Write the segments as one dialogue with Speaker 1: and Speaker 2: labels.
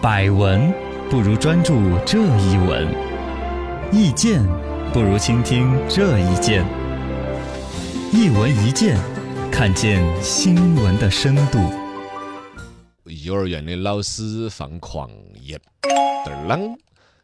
Speaker 1: 百闻不如专注这一闻，意见不如倾听这一见。一闻一见，看见新闻的深度。
Speaker 2: 幼儿园的老师放狂言，嘚啷。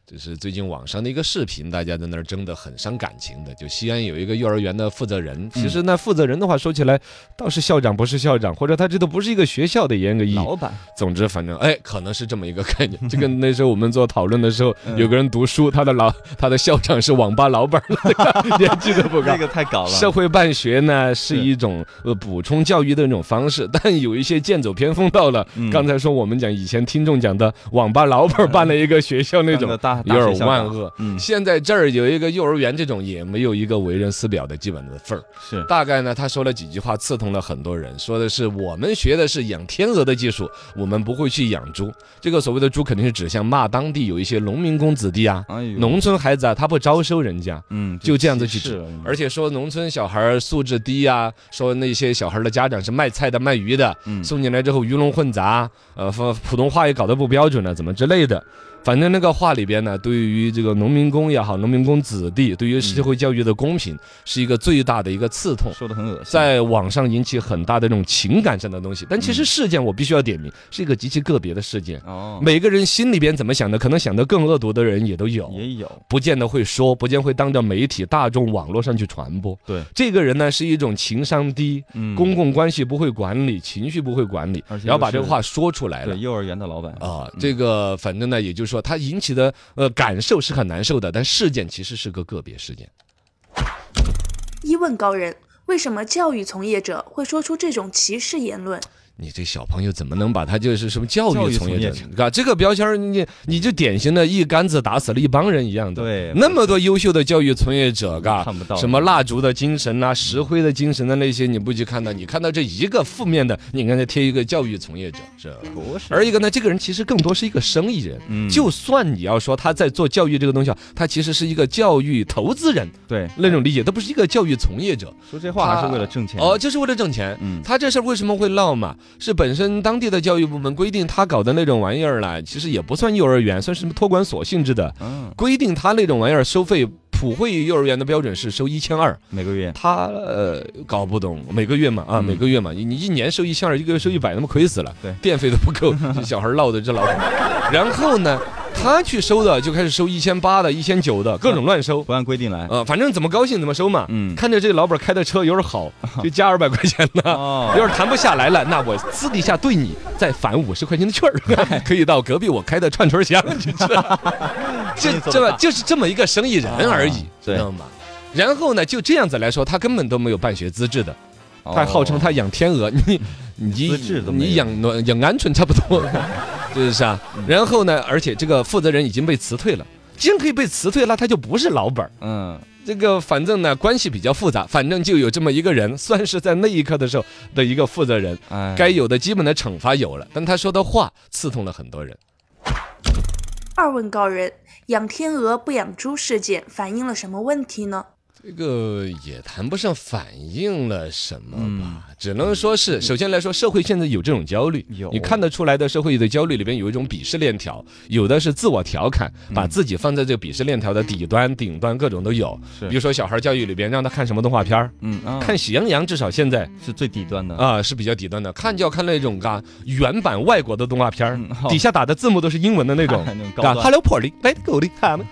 Speaker 2: 这是最近网上的一个视频，大家在那儿争得很伤感情的。就西安有一个幼儿园的负责人，其实那负责人的话说起来，倒是校长不是校长，或者他这都不是一个学校的严格意义。
Speaker 3: 板，
Speaker 2: 总之，反正哎，可能是这么一个概念。这个那时候我们做讨论的时候，有个人读书，他的老他的校长是网吧老板儿，年纪都不高
Speaker 3: 这。个太 搞了。
Speaker 2: 社会办学呢是一种呃补充教育的一种方式，但有一些剑走偏锋到了。
Speaker 3: 嗯
Speaker 2: 刚才说我们讲以前听众讲的网吧老板办了一个学校那
Speaker 3: 当
Speaker 2: 种
Speaker 3: 个，大
Speaker 2: 有
Speaker 3: 大学
Speaker 2: 点
Speaker 3: 校
Speaker 2: 万
Speaker 3: 长
Speaker 2: 恶。
Speaker 3: 嗯，
Speaker 2: 现在这儿有一个幼儿园，这种也没有一个为人师表的基本的份儿。
Speaker 3: 是
Speaker 2: 大概呢，他说了几句话，刺痛了很多人，说的是我们学的是养天鹅的技术，我们不会去养猪。这个所谓的猪，肯定是指向骂当地有一些农民工子弟啊，
Speaker 3: 哎呦，
Speaker 2: 农村孩子啊，他不招收人家。
Speaker 3: 嗯
Speaker 2: 就这样子去
Speaker 3: 歧视
Speaker 2: 治
Speaker 3: 了
Speaker 2: 而且说农村小孩儿素质低啊，说那些小孩儿的家长是卖菜的、卖鱼的，
Speaker 3: 嗯
Speaker 2: 送进来之后鱼龙混杂，呃，说普通话也搞得不标准了，怎么之类的。反正那个话里边呢，对于这个农民工也好，农民工子弟，对于社会教育的公平，是一个最大的一个刺痛。
Speaker 3: 说的很恶心，
Speaker 2: 在网上引起很大的这种情感上的东西，但其
Speaker 3: 嗯
Speaker 2: 实事件我必须要点名，是一个极其个别的事件。
Speaker 3: 哦
Speaker 2: 每个人心里边怎么想的，可能想的更恶毒的人也都有，
Speaker 3: 也有
Speaker 2: 不见得会说，不见会当着媒体、大众、网络上去传播。
Speaker 3: 对，
Speaker 2: 这个人呢是一种情商低，
Speaker 3: 嗯
Speaker 2: 公共关系不会管理，情绪不会管理，
Speaker 3: 而且
Speaker 2: 然后把这
Speaker 3: 又
Speaker 2: 个
Speaker 3: 是
Speaker 2: 话说出来 了
Speaker 3: 对。幼嗯儿园的老板
Speaker 2: 啊，这个反正呢，也就是说，他引起的呃感受是很难受的，但事件其实是个个别事件。
Speaker 4: 一问高人，为什么教育从业者会说出这种歧视言论？
Speaker 2: 你这小朋友怎么能把他就是什么教
Speaker 3: 教
Speaker 2: 育
Speaker 3: 育
Speaker 2: 从业
Speaker 3: 从业
Speaker 2: 者
Speaker 3: 者，
Speaker 2: 啊，这个标签儿你你就典型的一竿子打死了一帮人一样的。
Speaker 3: 对
Speaker 2: 那么多优秀的教育从业者，嘎
Speaker 3: 看不到，
Speaker 2: 什么蜡烛的精神呐、石灰的精神的啊那些，你不去看到，你看到这一个负面的，你刚才贴一个教育从业者是吧。
Speaker 3: 不是，
Speaker 2: 而一个呢，这个人其实更多是一个生意人。
Speaker 3: 嗯
Speaker 2: 就算你要说他在做教育这个东西啊，他其实是一个教育投资人
Speaker 3: 对
Speaker 2: 那种理解，他不是一个教育从业者。
Speaker 3: 说这话还
Speaker 2: 他
Speaker 3: 是为了挣钱
Speaker 2: 哦，就是为了挣钱。
Speaker 3: 嗯
Speaker 2: 他这事儿为什么会闹嘛？是本身当地的教育部门规定他搞的那种玩意儿啦，其实也不算幼儿园，算是什么托管所性质的。
Speaker 3: 嗯，
Speaker 2: 规定他那种玩意儿收费，普惠幼儿园的标准是收一千二，
Speaker 3: 每个月
Speaker 2: 他呃搞不懂，每个月嘛啊，
Speaker 3: 嗯
Speaker 2: 每个月嘛，你你一年收一千二，一个月收一百，那么亏死了，
Speaker 3: 对
Speaker 2: 电费都不 够，这小孩儿闹的这老虎。然后呢，他去收的就开始收一千八的、一千九的，各种乱收。
Speaker 3: 不按规定来，
Speaker 2: 呃，反正怎么高兴怎么收嘛。
Speaker 3: 嗯
Speaker 2: 看着这老板开的车有点 好，就加二百块钱呢。
Speaker 3: 哦
Speaker 2: 要是谈不下来了，那我私底下对你再返五十块钱的券儿， 可以到隔壁我开的串串香去 吃。这这么就是这么一个生意人而已
Speaker 3: 啊，
Speaker 2: 知
Speaker 3: 对
Speaker 2: 道吗？然后呢，就这样子来说，他根本都没有办学资质的，他号称
Speaker 3: 哦
Speaker 2: 他养天鹅， 你你
Speaker 3: 资质都没有嗯
Speaker 2: 你养暖养鹌鹑差不多， 是不是啊？然后呢，而且这个负责人已经被辞退了，既然可以被辞退了，他就不是老板儿。
Speaker 3: 嗯
Speaker 2: 这个反正呢关系比较复杂，反正就有这么一个人，算是在那一刻的时候的一个负责人，
Speaker 3: 哎
Speaker 2: 该有的基本的惩罚有了，但他说的话刺痛了很多人。
Speaker 4: 二问高人，养天鹅不养猪事件反映了什么问题呢？
Speaker 2: 这个也谈不上反映了什么吧，嗯只能说是，首先来说，社会现在有这种焦虑，
Speaker 3: 有
Speaker 2: 你看得出来的社会的焦虑里边有一种鄙视链条，有的是自我调侃，把自己放在这个鄙视链条的底端、顶端，各种都有。
Speaker 3: 是
Speaker 2: 比如说小孩教育里边让他看什么动画片儿，
Speaker 3: 嗯啊
Speaker 2: 看《喜羊羊》，至少现在
Speaker 3: 是最底端的，
Speaker 2: 啊，是比较底端的，看就要看那种嘎原版外国的动画片儿
Speaker 3: 嗯好，
Speaker 2: 底下打的字幕都是英文的那种
Speaker 3: 那种，高
Speaker 2: 嘎
Speaker 3: 端
Speaker 2: Hello Polly，来狗的他 们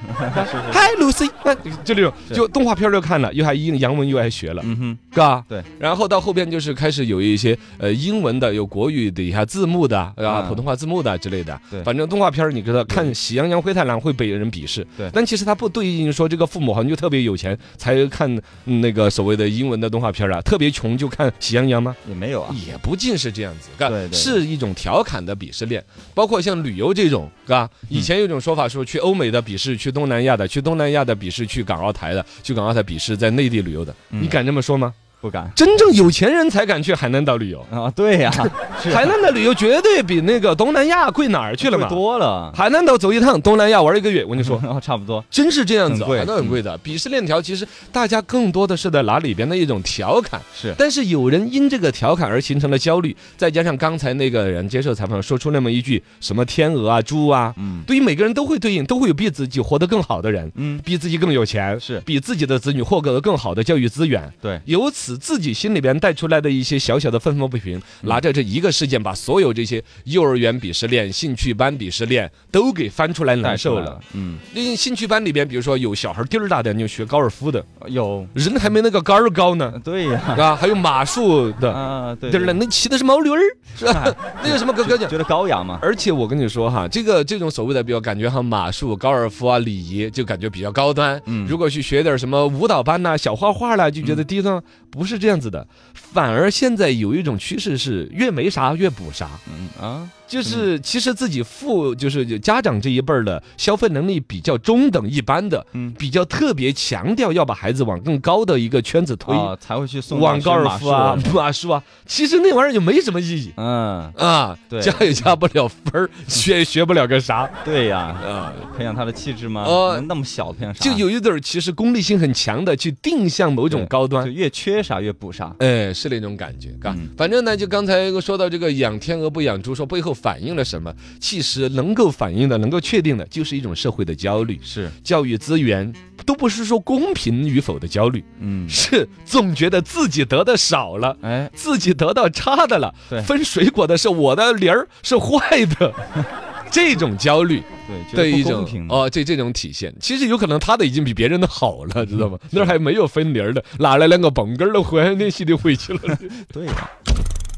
Speaker 2: ，Hi Lucy，啊就这种，
Speaker 3: 是
Speaker 2: 就动画片儿就看了，又还英洋文又还学了，
Speaker 3: 嗯哼，
Speaker 2: 嘎。
Speaker 3: 对，
Speaker 2: 然后到后边就是开始有一些呃英文的，有国语底下字幕的啊，
Speaker 3: 嗯
Speaker 2: 普通话字幕的之类的
Speaker 3: 对。
Speaker 2: 反正动画片儿你知道，看《喜羊羊灰太狼》会被人鄙视，
Speaker 3: 对
Speaker 2: 但其实他不对应说这个父母好像就特别有钱才看嗯那个所谓的英文的动画片儿啊，特别穷就看《喜羊羊》吗？
Speaker 3: 也没有啊，
Speaker 2: 也不尽是这样子，嘎
Speaker 3: 对，对
Speaker 2: 是一种调侃的鄙视链，包括像旅游这种，嘎，
Speaker 3: 嗯
Speaker 2: 以前有一种说法说去欧美的鄙视，去
Speaker 3: 嗯
Speaker 2: 东南亚的，去东南亚的鄙视，去港澳台的，去港澳台鄙视在内地旅游的，你敢这么说吗？
Speaker 3: 不敢
Speaker 2: 真正有钱人才敢去海南岛旅游。
Speaker 3: 啊，对呀，是
Speaker 2: 海南岛旅游绝对比那个东南亚贵哪 儿去了
Speaker 3: 贵
Speaker 2: 嘛？
Speaker 3: 多了，
Speaker 2: 海南岛走一趟，东南亚玩一个月，我跟你说，
Speaker 3: 啊，差不多，
Speaker 2: 真是这样子啊，
Speaker 3: 很贵
Speaker 2: 海南很贵的。鄙视链条其实大家更多的是在拿里边的一种调侃，
Speaker 3: 是
Speaker 2: 但是有人因这个调侃而形成了焦虑，再加上刚才那个人接受采访说出那么一句什么天鹅啊、猪啊，
Speaker 3: 嗯
Speaker 2: 对于每个人都会对应，都会有比自己活得更好的人，
Speaker 3: 嗯，
Speaker 2: 比自己更有钱，
Speaker 3: 是
Speaker 2: 比自己的子女获得更好的教育资源。
Speaker 3: 对，
Speaker 2: 由此自己心里边带出来的一些小小的愤愤不平，拿着这一个事件，把所有这些幼儿园鄙视链、兴趣班鄙视链都给翻出来难受
Speaker 3: 带出来
Speaker 2: 了。，
Speaker 3: 嗯，
Speaker 2: 那兴趣班里边，比如说有小孩儿儿大的，你就学高尔夫的，
Speaker 3: 有，
Speaker 2: 人还没那个杆儿高呢，
Speaker 3: 对 呀，
Speaker 2: 啊，还有马术的，
Speaker 3: 啊，对，
Speaker 2: 对了，那骑的是毛驴儿，是吧？
Speaker 3: 哎
Speaker 2: 那有什么可可讲？
Speaker 3: 觉得高雅嘛，
Speaker 2: 而且我跟你说哈，这个这种所谓的，比如感觉哈马术、高尔夫啊、礼仪，就感觉比较高端。
Speaker 3: 嗯
Speaker 2: 如果去学点什么舞蹈班呐、小画画啦，就觉得低端。不是这样子的，反而现在有一种趋势是越没啥越补啥。
Speaker 3: 嗯啊，
Speaker 2: 就是其实自己父就是家长这一辈儿的消费能力比较中等一般的，
Speaker 3: 嗯
Speaker 2: 比较特别强调要把孩子往更高的一个圈子推，
Speaker 3: 啊，才会去送
Speaker 2: 往
Speaker 3: 他
Speaker 2: 高
Speaker 3: 学
Speaker 2: 尔
Speaker 3: 马
Speaker 2: 夫 啊
Speaker 3: 术、
Speaker 2: 马术啊，其实那玩意儿就没什么意义。
Speaker 3: 嗯，
Speaker 2: 啊，
Speaker 3: 对
Speaker 2: 加也加不了分 儿，学也学不了个啥
Speaker 3: 对呀，
Speaker 2: 啊，
Speaker 3: 培养他的气质吗？
Speaker 2: 呃
Speaker 3: 那么小培养啥？
Speaker 2: 就有一点儿其实功利性很强的去定向某
Speaker 3: 一
Speaker 2: 种高端
Speaker 3: 就。越缺啥越补啥，
Speaker 2: 哎，是那种感觉，嘎、
Speaker 3: 嗯
Speaker 2: 反正呢，就刚才说到这个养天鹅不养猪，说背后反映了什么？其实能够反映的、能够确定的，就是一种社会的焦虑，
Speaker 3: 是，
Speaker 2: 教育资源都不是说公平与否的焦虑，
Speaker 3: 嗯，
Speaker 2: 是总觉得自己得的少了，
Speaker 3: 哎，
Speaker 2: 自己得到差的了
Speaker 3: 对。
Speaker 2: 分水果的是我的梨儿是坏 的，这种焦虑。
Speaker 3: 对，觉
Speaker 2: 对
Speaker 3: 得
Speaker 2: 一
Speaker 3: 不公
Speaker 2: 种
Speaker 3: 平嘛，
Speaker 2: 哦，这这种体现，其实有可能他的已经比别人的好 了，知道吗？那儿还没有分离儿的，哪来两个蹦根儿的回来练习的回 去了？
Speaker 3: 对呀，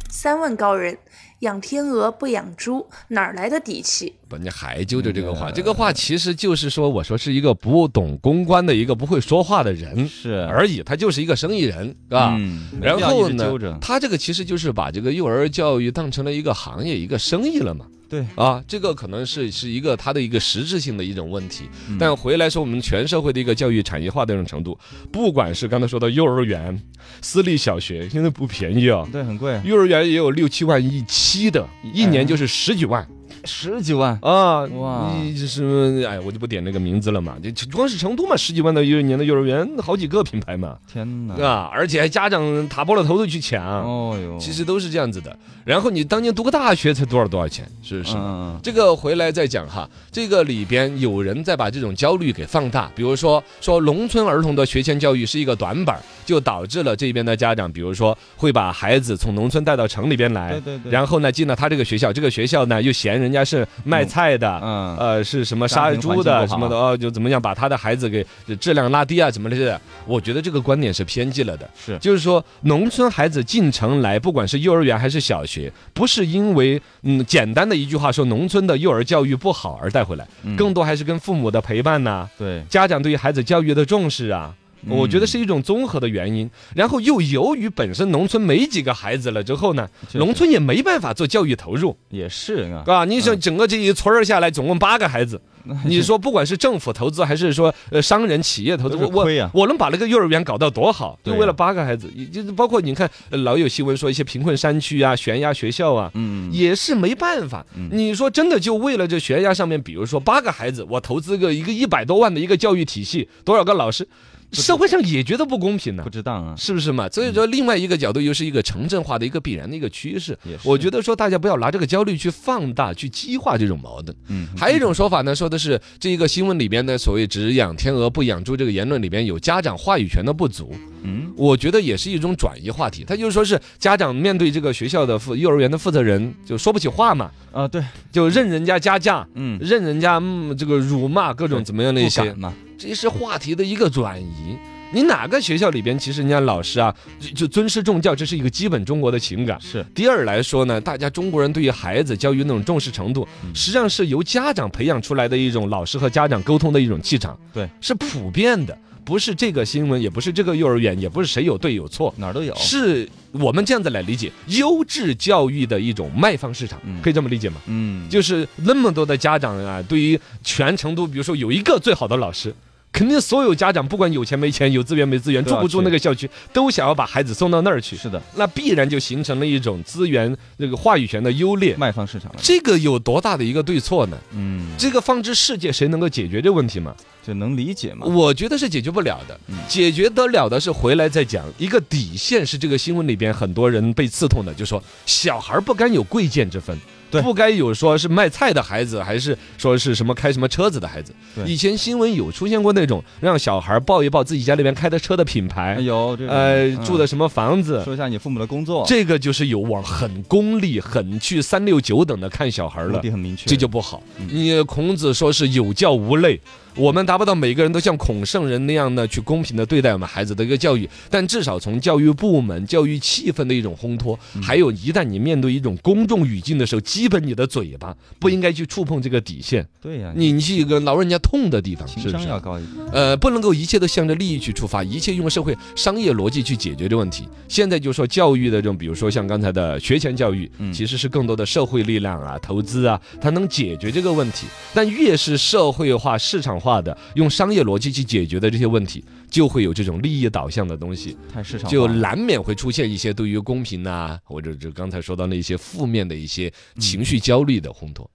Speaker 4: 三问高人：养天鹅不养猪，哪儿来的底气？
Speaker 2: 不，你还揪着这个话，这个话其实就是说，我说是一个不懂公关的一个不会说话的人
Speaker 3: 是，
Speaker 2: 而已，他就是一个生意人，啊。
Speaker 3: 嗯没
Speaker 2: 然
Speaker 3: 必要一
Speaker 2: 后
Speaker 3: 直
Speaker 2: 呢
Speaker 3: 揪着，
Speaker 2: 他这个其实就是把这个幼儿教育当成了一个行业、一个生意了嘛。
Speaker 3: 对，
Speaker 2: 啊，这个可能是是一个它的一个实质性的一种问题
Speaker 3: 嗯。
Speaker 2: 但回来说，我们全社会的一个教育产业化的这种程度，不管是刚才说的幼儿园、私立小学，现在不便宜啊。
Speaker 3: 对，很贵，
Speaker 2: 幼儿园也有六七万一期的，一年就是十几万
Speaker 3: 十几万，
Speaker 2: 啊！
Speaker 3: 哇
Speaker 2: 你这是哎，我就不点那个名字了嘛。就光是成都嘛，十几万的幼儿园的幼儿园，好几个品牌嘛，
Speaker 3: 天哪，
Speaker 2: 啊！而且还家长打破了头都去抢，
Speaker 3: 哦哟，
Speaker 2: 其实都是这样子的。然后你当年读个大学才多少多少钱，是不是？
Speaker 3: 嗯，
Speaker 2: 这个回来再讲哈，这个里边有人在把这种焦虑给放大，比如说说农村儿童的学前教育是一个短板儿，就导致了这边的家长，比如说会把孩子从农村带到城里边来，
Speaker 3: 对对对
Speaker 2: 哎然后呢进了他这个学校，这个学校呢又嫌人家是卖菜的。
Speaker 3: 嗯嗯，
Speaker 2: 呃，是什么杀
Speaker 3: 家庭环
Speaker 2: 猪
Speaker 3: 境
Speaker 2: 的
Speaker 3: 不
Speaker 2: 什
Speaker 3: 好
Speaker 2: 么的哦，就怎么样把他的孩子给质量拉低啊，怎么这些的？我觉得这个观点是偏激了的。
Speaker 3: 是，
Speaker 2: 就是说，农村孩子进城来，不管是幼儿园还是小学，不是因为嗯简单的一句话说农村的幼儿教育不好而带回来，
Speaker 3: 嗯
Speaker 2: 更多还是跟父母的陪伴呐、
Speaker 3: 对，
Speaker 2: 家长对于孩子教育的重视啊。
Speaker 3: 嗯
Speaker 2: 我觉得是一种综合的原因，然后又由于本身农村没几个孩子了之后呢，
Speaker 3: 确
Speaker 2: 农
Speaker 3: 实
Speaker 2: 村也没办法做教育投入，
Speaker 3: 也是啊，
Speaker 2: 啊，你想整个这一村儿下来总共八个孩子，
Speaker 3: 嗯
Speaker 2: 你说不管是政府投资还是说呃商人企业投资，
Speaker 3: 都是
Speaker 2: 我我
Speaker 3: 亏呀啊
Speaker 2: 我能把那个幼儿园搞到多好？就
Speaker 3: 对呀啊
Speaker 2: 为了八个孩子，也就是包括你看呃老有新闻说一些贫困山区啊、悬崖学校啊。
Speaker 3: 嗯，嗯
Speaker 2: 也是没办法，你说真的就为了这悬崖上面，比如说八个孩子，我投资个一个一百多万的一个教育体系，多少个老师，社会上也觉得不公平呢
Speaker 3: 不。值当啊，
Speaker 2: 是不是嘛？所以说，另外一个角度又是一个城镇化的一个必然的一个趋势
Speaker 3: 也。是
Speaker 2: 我觉得说大家不要拿这个焦虑去放大、去激化这种矛盾。
Speaker 3: 嗯，
Speaker 2: 还有一种说法呢，说的是这一个新闻里边呢，所谓“只养天鹅不养猪”这个言论里边有家长话语权的不足。
Speaker 3: 嗯，
Speaker 2: 我觉得也是一种转移话题。他就是说是家长面对这个学校的负幼儿园的负责人就说不起话嘛，
Speaker 3: 啊，对，
Speaker 2: 就任人家加价。
Speaker 3: 嗯，
Speaker 2: 任人家、嗯、这个辱骂各种
Speaker 3: 对
Speaker 2: 怎么样的一
Speaker 3: 不
Speaker 2: 些，
Speaker 3: 敢嘛，
Speaker 2: 这是话题的一个转移。你哪个学校里边，其实人家老师啊，就就尊师重教，这是一个基本中国的情感。
Speaker 3: 是，
Speaker 2: 第二来说呢，大家中国人对于孩子教育那种重视程度，
Speaker 3: 嗯
Speaker 2: 实际上是由家长培养出来的一种老师和家长沟通的一种气场，
Speaker 3: 对，
Speaker 2: 是普遍的，不是这个新闻，也不是这个幼儿园，也不是谁有对有错，
Speaker 3: 哪儿都有，
Speaker 2: 是我们这样子来理解优质教育的一种卖方市场
Speaker 3: 嗯，
Speaker 2: 可以这么理解吗？
Speaker 3: 嗯，
Speaker 2: 就是那么多的家长啊，对于全成都，比如说有一个最好的老师，肯定所有家长不管有钱没钱、有资源没资源、
Speaker 3: 都要
Speaker 2: 住不住
Speaker 3: 去
Speaker 2: 那个校区，都想要把孩子送到那儿去，
Speaker 3: 是的，
Speaker 2: 那必然就形成了一种资源这个话语权的优劣。
Speaker 3: 卖方市场了，
Speaker 2: 这个有多大的一个对错呢？
Speaker 3: 嗯，
Speaker 2: 这个放之世界，谁能够解决这问题吗？
Speaker 3: 这能理解吗？嗯
Speaker 2: 我觉得是解决不了的，解决得了的是回来再讲。一个底线是这个新闻里边很多人被刺痛的，就说小孩不该有贵贱之分。
Speaker 3: 对
Speaker 2: 不该有说是卖菜的孩子，还是说是什么开什么车子的孩子。
Speaker 3: 对
Speaker 2: 以前新闻有出现过那种让小孩报一报自己家里边开的车的品
Speaker 3: 哎
Speaker 2: 牌，
Speaker 3: 呦，这种
Speaker 2: 呃，
Speaker 3: 嗯
Speaker 2: 住的什么房子，
Speaker 3: 说一下你父母的工作，
Speaker 2: 这个就是有往很功利、很去三六九等的看小孩
Speaker 3: 目
Speaker 2: 了。
Speaker 3: 的很明确，
Speaker 2: 这就不好。
Speaker 3: 嗯
Speaker 2: 你孔子说是有教无类，我们达不到每个人都像孔圣人那样的去公平的对待我们孩子的一个教育，但至少从教育部门、教育气氛的一种烘托，
Speaker 3: 嗯
Speaker 2: 还有一旦你面对一种公众语境的时候，基本你的嘴巴不应该去触碰这个底线，
Speaker 3: 对呀，
Speaker 2: 你你是一个老人家痛的地方，是
Speaker 3: 嗯情
Speaker 2: 不
Speaker 3: 商
Speaker 2: 是？
Speaker 3: 要高一点，
Speaker 2: 呃，不能够一切都向着利益去出发，一切用社会商业逻辑去解决这问题。现在就说教育的这种，比如说像刚才的学前教育，
Speaker 3: 嗯
Speaker 2: 其实是更多的社会力量啊、投资啊，它能解决这个问题。但越是社会化、市场化的，用商业逻辑去解决的这些问题，就会有这种利益导向的东西，
Speaker 3: 太市场
Speaker 2: 就
Speaker 3: 化了
Speaker 2: 难免会出现一些对于公平啊，或者就刚才说到那些负面的一些情绪焦虑的烘托。